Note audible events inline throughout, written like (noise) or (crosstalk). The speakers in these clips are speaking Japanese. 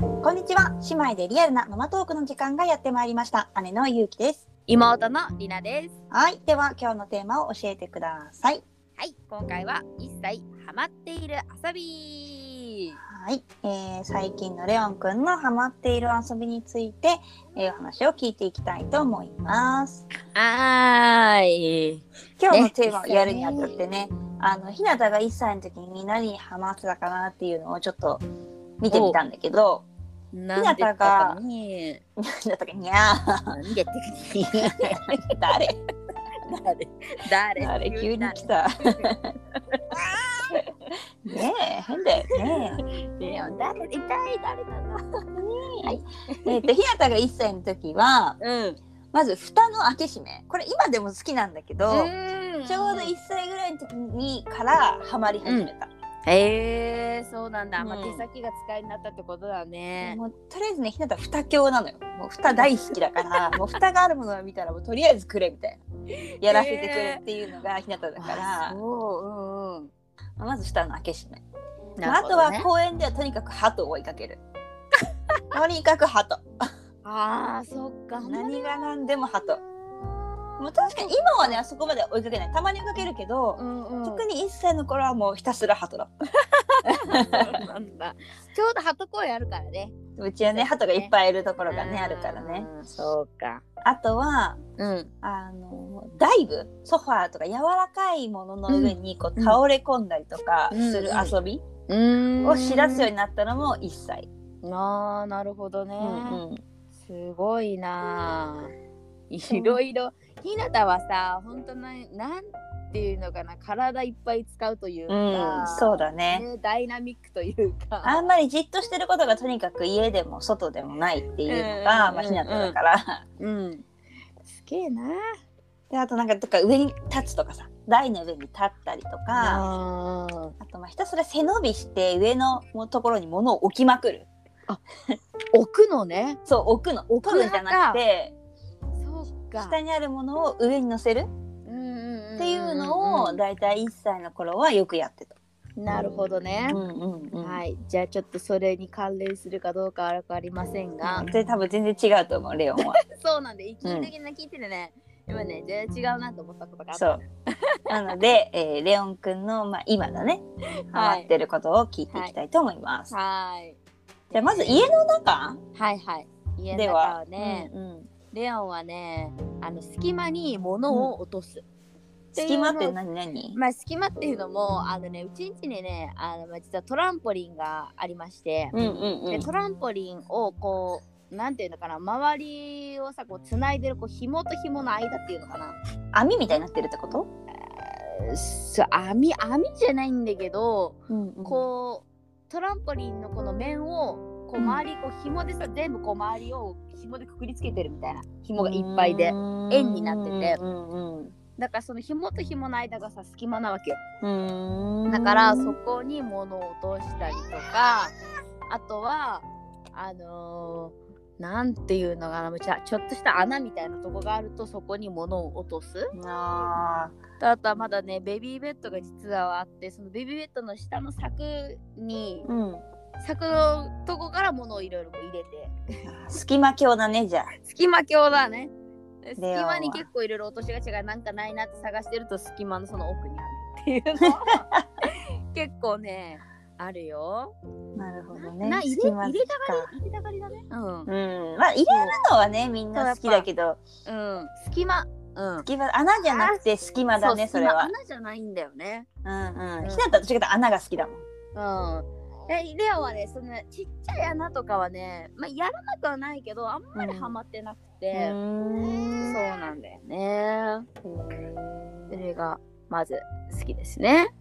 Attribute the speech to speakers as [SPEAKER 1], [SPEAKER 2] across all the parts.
[SPEAKER 1] こんにちは姉妹でリアルなママトークの時間がやってまいりました姉のゆうきです
[SPEAKER 2] 妹のりなです
[SPEAKER 1] はいでは今日のテーマを教えてください
[SPEAKER 2] はい今回は一切ハマっている遊び
[SPEAKER 1] はい、えー、最近のレオンくんのハマっている遊びについて、えーお話を聞いていきたいと思います
[SPEAKER 2] はーい
[SPEAKER 1] 今日のテーマをやるにあたってねあのひなたが1歳の時に何にハマってたかなっていうのをちょっと見てみたんだけど
[SPEAKER 2] なんでだかね
[SPEAKER 1] (laughs) 何だったかにゃー
[SPEAKER 2] なんでって
[SPEAKER 1] 誰
[SPEAKER 2] 誰
[SPEAKER 1] 誰急に来たねえ変だよね
[SPEAKER 2] 誰誰痛い誰なの
[SPEAKER 1] (laughs) えっと、ひなたが1歳の時は、
[SPEAKER 2] うん
[SPEAKER 1] まず蓋の開け閉め。これ今でも好きなんだけど、ちょうど1歳ぐらいの時にからハマり始めた。
[SPEAKER 2] へえー、そうなんだ、まあ、
[SPEAKER 1] うん
[SPEAKER 2] 手先が使いになったってことだね
[SPEAKER 1] もうとりあえずね、ひなた蓋教なのよ。もう蓋大好きだ (laughs) から、もう蓋があるものを見たら、もうとりあえずくれみたいな。やらせてくれっていうのがひなただから、
[SPEAKER 2] あそううん
[SPEAKER 1] まあまず蓋の開け閉め。
[SPEAKER 2] うん
[SPEAKER 1] まあ、あとは公園ではとにかく鳩を追いかける。とにかく鳩。
[SPEAKER 2] ああそっか
[SPEAKER 1] 何が何でも鳩。もう確かに今はね、あそこまでは追いかけない。たまに追いかけるけど、
[SPEAKER 2] うんうん
[SPEAKER 1] 特に1歳の頃はもうひたすら鳩だっ
[SPEAKER 2] (laughs) そうなんだ。ちょうど鳩公園あるからね。
[SPEAKER 1] たうちはね鳩がいっぱいいるとこ
[SPEAKER 2] こ
[SPEAKER 1] ろがねあるからね。
[SPEAKER 2] そうか。
[SPEAKER 1] あとは
[SPEAKER 2] うん。
[SPEAKER 1] あのダイブソファーとか柔らかいものの上にこう、
[SPEAKER 2] うん
[SPEAKER 1] 倒れ込んだりとか
[SPEAKER 2] うん
[SPEAKER 1] する遊び
[SPEAKER 2] うーん。
[SPEAKER 1] を知らすようになったのも1歳、
[SPEAKER 2] ああ、なるほどね。
[SPEAKER 1] うんうん
[SPEAKER 2] すごいなあ。いろいろ。ひなたはさ、本当ななんていうのかな、体いっぱい使うというか。
[SPEAKER 1] うんそうだね
[SPEAKER 2] ねダイナミックというか。
[SPEAKER 1] あんまりじっとしてることがとにかく家でも外でもないっていうのが、
[SPEAKER 2] うん
[SPEAKER 1] まあ、ひなただから、
[SPEAKER 2] うん。すげえな。
[SPEAKER 1] であとなんかとか上に立つとかさ台の上に立ったりとかあ
[SPEAKER 2] ああ。
[SPEAKER 1] とまあひたすら背伸びして上のところに物を置きまくる
[SPEAKER 2] 置くのね。
[SPEAKER 1] そう置くの
[SPEAKER 2] 置く
[SPEAKER 1] 取るんじゃなくて
[SPEAKER 2] そうか。
[SPEAKER 1] 下にあるものを上に乗せるっ
[SPEAKER 2] って
[SPEAKER 1] いうのをだいたい1歳の頃はよくやってた。
[SPEAKER 2] なるほどね。
[SPEAKER 1] んうんうん
[SPEAKER 2] はい、じゃあちょっとそれに関連するかどうかはわかりませんが、
[SPEAKER 1] で多分全然違うと思うレオン
[SPEAKER 2] (laughs)
[SPEAKER 1] は。
[SPEAKER 2] そうなんで、一時的な聞いててね、今ね、全然違うなと思ったことがあった。
[SPEAKER 1] そう。なので、えーレオンくんの、まあ、今だねハマってることを聞いていきたいと思います。
[SPEAKER 2] はーい。
[SPEAKER 1] じゃあまず家の中
[SPEAKER 2] はいはい。家の
[SPEAKER 1] で
[SPEAKER 2] 中
[SPEAKER 1] は
[SPEAKER 2] はね、
[SPEAKER 1] うんうん
[SPEAKER 2] レオンはね、あの隙間に物を落とす。
[SPEAKER 1] 隙間って何何？
[SPEAKER 2] まあ隙間っていうのも、あのね、うちんちにね、あのまあ実はトランポリンがありまして、
[SPEAKER 1] うんうんう
[SPEAKER 2] で
[SPEAKER 1] ん。
[SPEAKER 2] トランポリンをこう、なんていうのかな、周りをさ、こう繋いでるこう紐と紐の間っていうのかな。
[SPEAKER 1] 網みたいになってるってこと？
[SPEAKER 2] そう網網じゃないんだけど、
[SPEAKER 1] うんうん
[SPEAKER 2] こうトランポリンのこの面をこう
[SPEAKER 1] うん
[SPEAKER 2] 周りこう紐でさ全部こう周りを紐でくくりつけてるみたいな紐がいっぱいで円になってて
[SPEAKER 1] うんうん
[SPEAKER 2] だからその紐と紐の間がさ隙間なわけよ
[SPEAKER 1] うん。うん
[SPEAKER 2] だからそこに物を落としたりとかあとはあのーなんていうのかなむちゃちょっとした穴みたいなとこがあるとそこに物を落とす
[SPEAKER 1] あ
[SPEAKER 2] あとはまだねベビーベッドが実はあってそのベビーベッドの下の柵に
[SPEAKER 1] ーうん。
[SPEAKER 2] 柵のとこから物をいろいろこう入れて
[SPEAKER 1] 隙間鏡だねじゃあ。
[SPEAKER 2] 隙間鏡だねで隙
[SPEAKER 1] レオンは
[SPEAKER 2] 間に結構いろいろ落としがちがなんかないなって探してると隙間のその奥にあるっていうの
[SPEAKER 1] (laughs)
[SPEAKER 2] は結構ねあるよ、
[SPEAKER 1] なるほどね。
[SPEAKER 2] な入れ
[SPEAKER 1] 隙間
[SPEAKER 2] 入れたが
[SPEAKER 1] か
[SPEAKER 2] り入れたがりだねうん、うん、
[SPEAKER 1] うん、まあ入れるのはねみんな好きだけど
[SPEAKER 2] 隙間うん
[SPEAKER 1] 隙間穴じゃなくて隙間だね
[SPEAKER 2] そ
[SPEAKER 1] そうれ
[SPEAKER 2] 隙間
[SPEAKER 1] は
[SPEAKER 2] 穴じゃないんだよね
[SPEAKER 1] うんう
[SPEAKER 2] うんん
[SPEAKER 1] ひなたと違って穴が好きだもん
[SPEAKER 2] うん。えレオはね、そのちっちゃい穴とかはね、まあ、やらなくはないけど、あんまりハマってなくて、そう
[SPEAKER 1] う
[SPEAKER 2] なんだよね。
[SPEAKER 1] ん
[SPEAKER 2] それが、まず好きですね。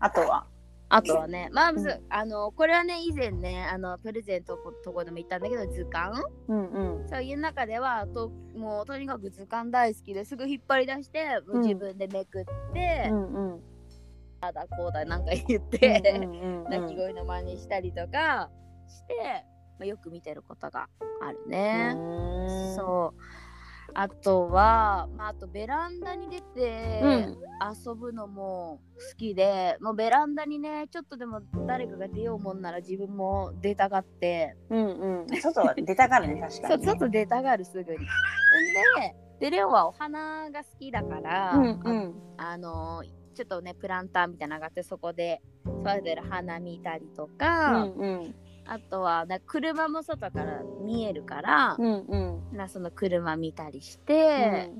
[SPEAKER 1] あとは
[SPEAKER 2] あとはね、まあ、まず
[SPEAKER 1] う
[SPEAKER 2] あの、これはね、以前ね、あの、プレゼントことこでも言ったんだけど、図鑑
[SPEAKER 1] うんうん
[SPEAKER 2] そういう中では、ともうとにかく図鑑大好きですぐ引っ張り出して、
[SPEAKER 1] うん
[SPEAKER 2] 自分でめくって、
[SPEAKER 1] うんうん
[SPEAKER 2] あだこうだなんか言って、
[SPEAKER 1] うんうんうん
[SPEAKER 2] 鳴き声の真似したりとかして、まあ、よく見てることがあるね。
[SPEAKER 1] うん
[SPEAKER 2] そう。あとは、まあ、あとベランダに出て
[SPEAKER 1] うん
[SPEAKER 2] 遊ぶのも好きで、もうベランダにねちょっとでも誰かが出ようもんなら自分も出たがって
[SPEAKER 1] うんうん。外は出たからね、確か
[SPEAKER 2] そう
[SPEAKER 1] に、ね。
[SPEAKER 2] ちょっと出たがるすぐに。ででレオはお花が好きだから、
[SPEAKER 1] うんうん。
[SPEAKER 2] ああのちょっとねプランターみたいなのがあってそこで育てる花見たりと
[SPEAKER 1] う
[SPEAKER 2] か、
[SPEAKER 1] んうん。
[SPEAKER 2] あとはな車も外から見えるから
[SPEAKER 1] う、んうん。
[SPEAKER 2] なその車見たりして、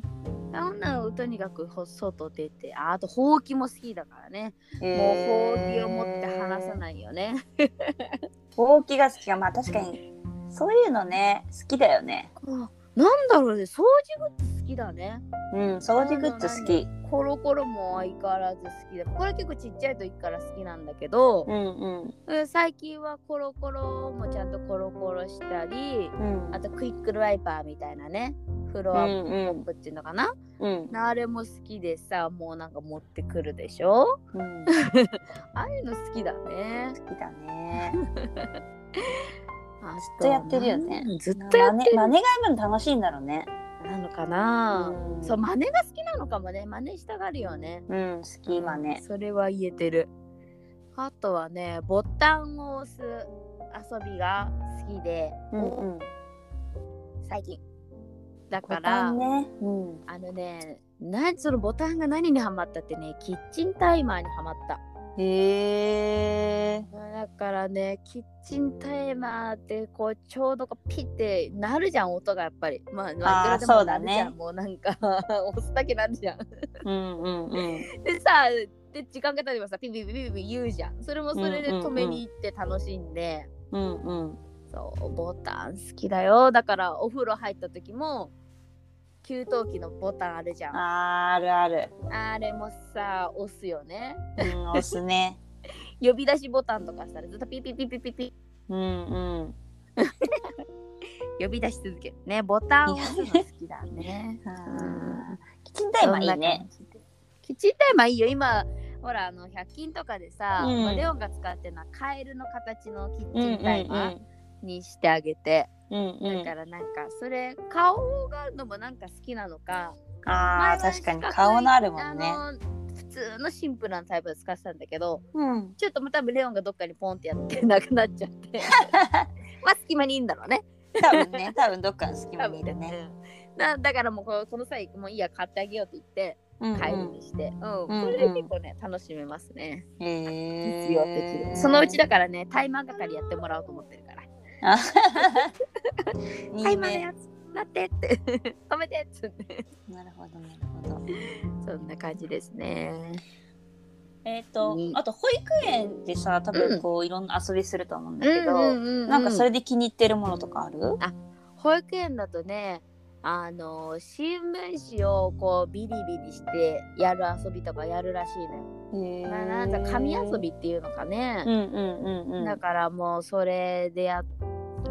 [SPEAKER 2] あんなのとにかくほ外出てああとほうきも好きだからね、もうほうきを持って離さ
[SPEAKER 1] い。
[SPEAKER 2] ないよね。
[SPEAKER 1] ほうきが好きが、まあ確かに、そういうのね、好きだよね。
[SPEAKER 2] あなんだろうね掃除グッズ好きだね。
[SPEAKER 1] うん、掃除グッズ好き。
[SPEAKER 2] コロコロも相変わらず好きだこれ結構ちっちゃい時から好きなんだけど
[SPEAKER 1] う、んうん。
[SPEAKER 2] うん最近はコロコロもちゃんとコロコロしたり
[SPEAKER 1] うん。
[SPEAKER 2] あとクイックルワイパーみたいなねフロ
[SPEAKER 1] う
[SPEAKER 2] ア
[SPEAKER 1] んうん
[SPEAKER 2] ポップっていうのかな、
[SPEAKER 1] うん
[SPEAKER 2] あれも好きでさもうなんか持ってくるでしょ
[SPEAKER 1] うん。
[SPEAKER 2] ああいうの好きだね
[SPEAKER 1] 好きだね。
[SPEAKER 2] あ
[SPEAKER 1] ずっとやってるよね
[SPEAKER 2] うんずっとやってる
[SPEAKER 1] 真似真似があるの楽しいんだろうね。
[SPEAKER 2] なのかな、
[SPEAKER 1] うん
[SPEAKER 2] そう真似が好きなのかもね真似したがるよね
[SPEAKER 1] うん、好き、今ね。
[SPEAKER 2] それは言えてるあとはねボタンを押す遊びが好きで、
[SPEAKER 1] うんうん。
[SPEAKER 2] 最近だ
[SPEAKER 1] ボ
[SPEAKER 2] から、
[SPEAKER 1] タンね。うん。
[SPEAKER 2] あのねなそのボタンが何にハマったってねキッチンタイマーにハマった
[SPEAKER 1] へえ。
[SPEAKER 2] だからねキッチンタイマーってこうちょうどこうピッてなるじゃん音がやっぱりまあ、ま
[SPEAKER 1] あー
[SPEAKER 2] いくらでも
[SPEAKER 1] そうだね
[SPEAKER 2] なるじゃんもうなんか (laughs) 押すだけなるじゃん
[SPEAKER 1] うんうんうん。
[SPEAKER 2] でさで時間が経てばさピピピピピピ言うじゃんそれもそれで止めに行って楽しんで、
[SPEAKER 1] うんうん。
[SPEAKER 2] そうボタン好きだよだからお風呂入った時も給湯器のボタンあるじゃんあ
[SPEAKER 1] あーあるある。
[SPEAKER 2] れもさ押すよね
[SPEAKER 1] うん、押すね。
[SPEAKER 2] 呼び出しボタンとかしたらずっとピピピピピピ
[SPEAKER 1] うんうん。
[SPEAKER 2] 呼び出し続けるねボタンを押すの好きだ
[SPEAKER 1] (laughs)
[SPEAKER 2] ね
[SPEAKER 1] あーキッチンタイマーいいね。
[SPEAKER 2] そんな感じでキッチンタイマーいいよ今ほらあの100均とかでさ、
[SPEAKER 1] うん
[SPEAKER 2] まあレオンが使ってるのはカエルの形のキ
[SPEAKER 1] う
[SPEAKER 2] ッ
[SPEAKER 1] んう
[SPEAKER 2] チンタイマー
[SPEAKER 1] ん
[SPEAKER 2] にしてあげて、
[SPEAKER 1] うん。うんう
[SPEAKER 2] だか
[SPEAKER 1] ん。
[SPEAKER 2] らなんかそれ顔があるのもなんか好きなのか
[SPEAKER 1] ああ、
[SPEAKER 2] 前は
[SPEAKER 1] 確かに顔のあるもんね。
[SPEAKER 2] あの普通のシンプルなタイプで使ってたんだけど
[SPEAKER 1] うん。
[SPEAKER 2] ちょっともう多分レオンがどっかにポンってやって (laughs) なくなっちゃってまあ隙間にいいんだろうね
[SPEAKER 1] (laughs) 多分ね、多分どっかの隙間
[SPEAKER 2] 多
[SPEAKER 1] に
[SPEAKER 2] 分
[SPEAKER 1] いるね。、
[SPEAKER 2] うんだだからもうこのこの際もういいや買ってあげようって言って
[SPEAKER 1] うんう
[SPEAKER 2] 買える
[SPEAKER 1] ん
[SPEAKER 2] にして、うん
[SPEAKER 1] うん
[SPEAKER 2] それで結構ね楽しめますね、
[SPEAKER 1] へ
[SPEAKER 2] 実用的
[SPEAKER 1] え。
[SPEAKER 2] でそのうちだからねタイマー係やってもらおうと思ってるから
[SPEAKER 1] あい
[SPEAKER 2] タ
[SPEAKER 1] い
[SPEAKER 2] イマーのや
[SPEAKER 1] ね。
[SPEAKER 2] つなってって (laughs) 止めてっつって
[SPEAKER 1] なるほど、なるほど。
[SPEAKER 2] そんな感じですね
[SPEAKER 1] えっ、と
[SPEAKER 2] うん、
[SPEAKER 1] あと保育園でさ、多分こう、いろんな遊びすると思うんだけど、な
[SPEAKER 2] な
[SPEAKER 1] んんか
[SPEAKER 2] かそ
[SPEAKER 1] そ
[SPEAKER 2] れ
[SPEAKER 1] れで気に入ってるものとかある？
[SPEAKER 2] 保育園だとねあの新聞紙をこうビリビリしてやる遊びとかやるらしいのよ、まあ、なんか紙遊。びっていうのかね
[SPEAKER 1] うん、うんうんうん。
[SPEAKER 2] だからもうそれでや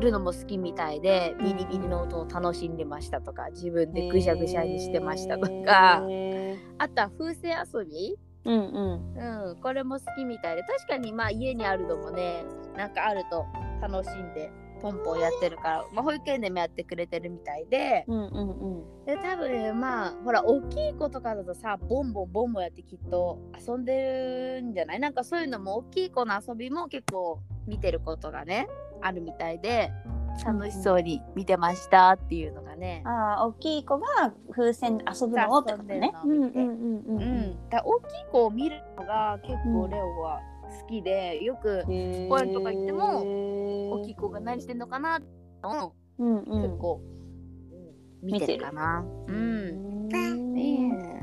[SPEAKER 2] るのも好きみたいでビリビリの音を楽しんでましたとか自分でぐしゃぐしゃにしてましたとか、
[SPEAKER 1] へー
[SPEAKER 2] あとは風船遊び、
[SPEAKER 1] うんうん。
[SPEAKER 2] うん、これも好きみたいで確かにまあ家にあるのもねなんかあると楽しんでポンポンやってるから、まあ、保育園でもやってくれてるみたいで。
[SPEAKER 1] うんうんうん。
[SPEAKER 2] で多分まあほら大きい子とかだとさボンボンボンボンやってきっと遊んでるんじゃないなんかそういうのも大きい子の遊びも結構見てることがねあるみたいで楽しそうに見てましたっていうのがね、
[SPEAKER 1] ああ、大きい子が風船で遊ぶのってことね。
[SPEAKER 2] 遊んでるのを見て
[SPEAKER 1] んう
[SPEAKER 2] うんだから大きい子を見るのが結構レオは好きで、よ
[SPEAKER 1] へ
[SPEAKER 2] く
[SPEAKER 1] ー
[SPEAKER 2] 公園とか行っても大き
[SPEAKER 1] 大
[SPEAKER 2] い子が何してんのかなってのを
[SPEAKER 1] うんうん。
[SPEAKER 2] 結構、うん見てるかな。う
[SPEAKER 1] う
[SPEAKER 2] ん、
[SPEAKER 1] ん。
[SPEAKER 2] ね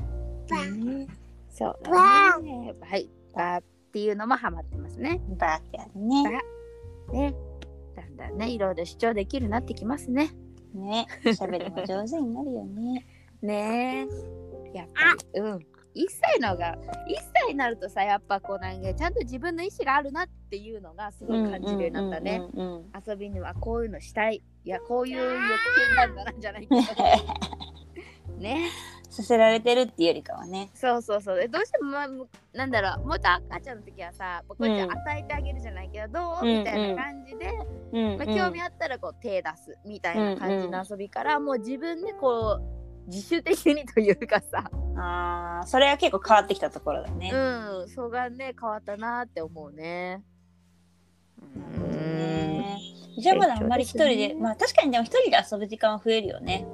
[SPEAKER 2] えねそうだ
[SPEAKER 1] わ
[SPEAKER 2] ね。はい。バーっていうのもハマってますね。
[SPEAKER 1] バーキャンね。
[SPEAKER 2] ね。だんだんね、いろいろ主張できるようになってきますね。
[SPEAKER 1] ね、喋りも上手になるよね。
[SPEAKER 2] ねえ。やっぱり、うん。1歳のが、1歳になるとさ、やっぱこうなんか、ちゃんと自分の意思があるなっていうのがすごい感じるようになったね。
[SPEAKER 1] うんうんうんうん。
[SPEAKER 2] 遊びにはこういうのしたい。いや、こういう欲求になるんだな、じゃない
[SPEAKER 1] (laughs)
[SPEAKER 2] けど。ね。
[SPEAKER 1] させられてるっていうよりかはね。
[SPEAKER 2] そうそうそうでどうしても、まあ、むなんだろうもっと赤ちゃんの時はさこうや
[SPEAKER 1] う
[SPEAKER 2] っ
[SPEAKER 1] ん
[SPEAKER 2] て与えてあげるじゃないけど、どう
[SPEAKER 1] うんうん
[SPEAKER 2] みたいな感じで、
[SPEAKER 1] うん
[SPEAKER 2] まあ、興味あったらこう手出すみたいな感じの遊びから、もう自分でこう自主的にというかさ、
[SPEAKER 1] あーそれは結構変わってきたところだね。
[SPEAKER 2] うん、そこがね変わったなって思うね。
[SPEAKER 1] ねじゃあまだあんまり一人
[SPEAKER 2] 成長で
[SPEAKER 1] です
[SPEAKER 2] ね
[SPEAKER 1] まあ確かにでも一人で遊ぶ時間は増えるよね。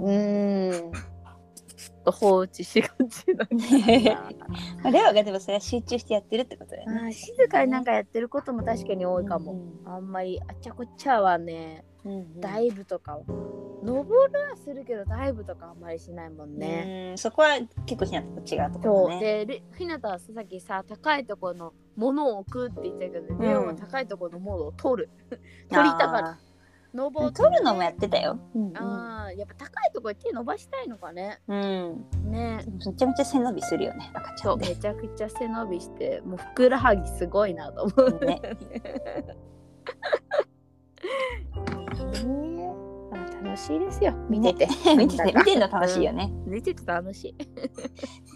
[SPEAKER 2] うん。放置しがち
[SPEAKER 1] (laughs)
[SPEAKER 2] だ
[SPEAKER 1] まあレオがでもそれは集中してやってるってことだよね。
[SPEAKER 2] な。静かになんかやってることも確かに多いかも。あんまりあっちゃこっちゃはね、
[SPEAKER 1] うん。うん
[SPEAKER 2] ダイブとかは、登るはするけどダイブとかあんまりしないもんね。
[SPEAKER 1] うんそこは結構ひなたと違うところ
[SPEAKER 2] そ
[SPEAKER 1] だ
[SPEAKER 2] う
[SPEAKER 1] ね。
[SPEAKER 2] でレひなたはささっきさ高いところのものを置くって言ってたけど、
[SPEAKER 1] ん
[SPEAKER 2] レオは高いところのものを (laughs) 取る取りたがる
[SPEAKER 1] あ
[SPEAKER 2] 登
[SPEAKER 1] ー
[SPEAKER 2] って
[SPEAKER 1] 取るのもやってたよ。うん
[SPEAKER 2] あーやっぱ高いところに手伸ばしたいのかね
[SPEAKER 1] うん。
[SPEAKER 2] ね
[SPEAKER 1] めちゃめちゃ背伸びするよね赤ちゃ
[SPEAKER 2] そうん
[SPEAKER 1] で。
[SPEAKER 2] めちゃくちゃ背伸びしてもうふくらはぎすごいなと思う
[SPEAKER 1] ね。 (laughs)
[SPEAKER 2] ねまあ楽しいですよ (laughs) 見てて
[SPEAKER 1] 見てて見てるの楽しいよね。
[SPEAKER 2] 見てて楽しい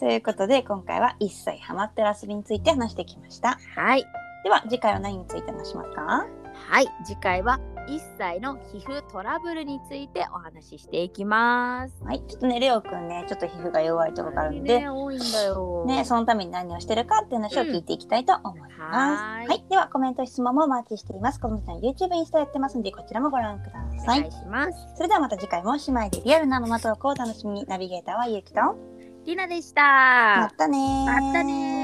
[SPEAKER 1] ということで今回は一切ハマってる遊びについて話してきました。
[SPEAKER 2] はい
[SPEAKER 1] では次回は何について話しますか
[SPEAKER 2] はい次回は1歳の皮膚トラブルについてお話ししていきます
[SPEAKER 1] はい。ちょっとねレオくんねちょっと皮膚が弱いところがあるんで。
[SPEAKER 2] ね多いんだよ
[SPEAKER 1] ね、そのために何をしてるかっていう話を聞いていきたいと思います。
[SPEAKER 2] は
[SPEAKER 1] は
[SPEAKER 2] ー
[SPEAKER 1] い
[SPEAKER 2] い
[SPEAKER 1] ではコメント質問もお待ちしています。このちゃん YouTube、インスタやってますんでこちらもご覧くだ
[SPEAKER 2] お
[SPEAKER 1] さい。
[SPEAKER 2] 願いします
[SPEAKER 1] それではまた次回もおしまいでリアルなママトークをお楽しみにナビゲーターはゆうきと
[SPEAKER 2] りなでし
[SPEAKER 1] まっ
[SPEAKER 2] た
[SPEAKER 1] たねー
[SPEAKER 2] まったねー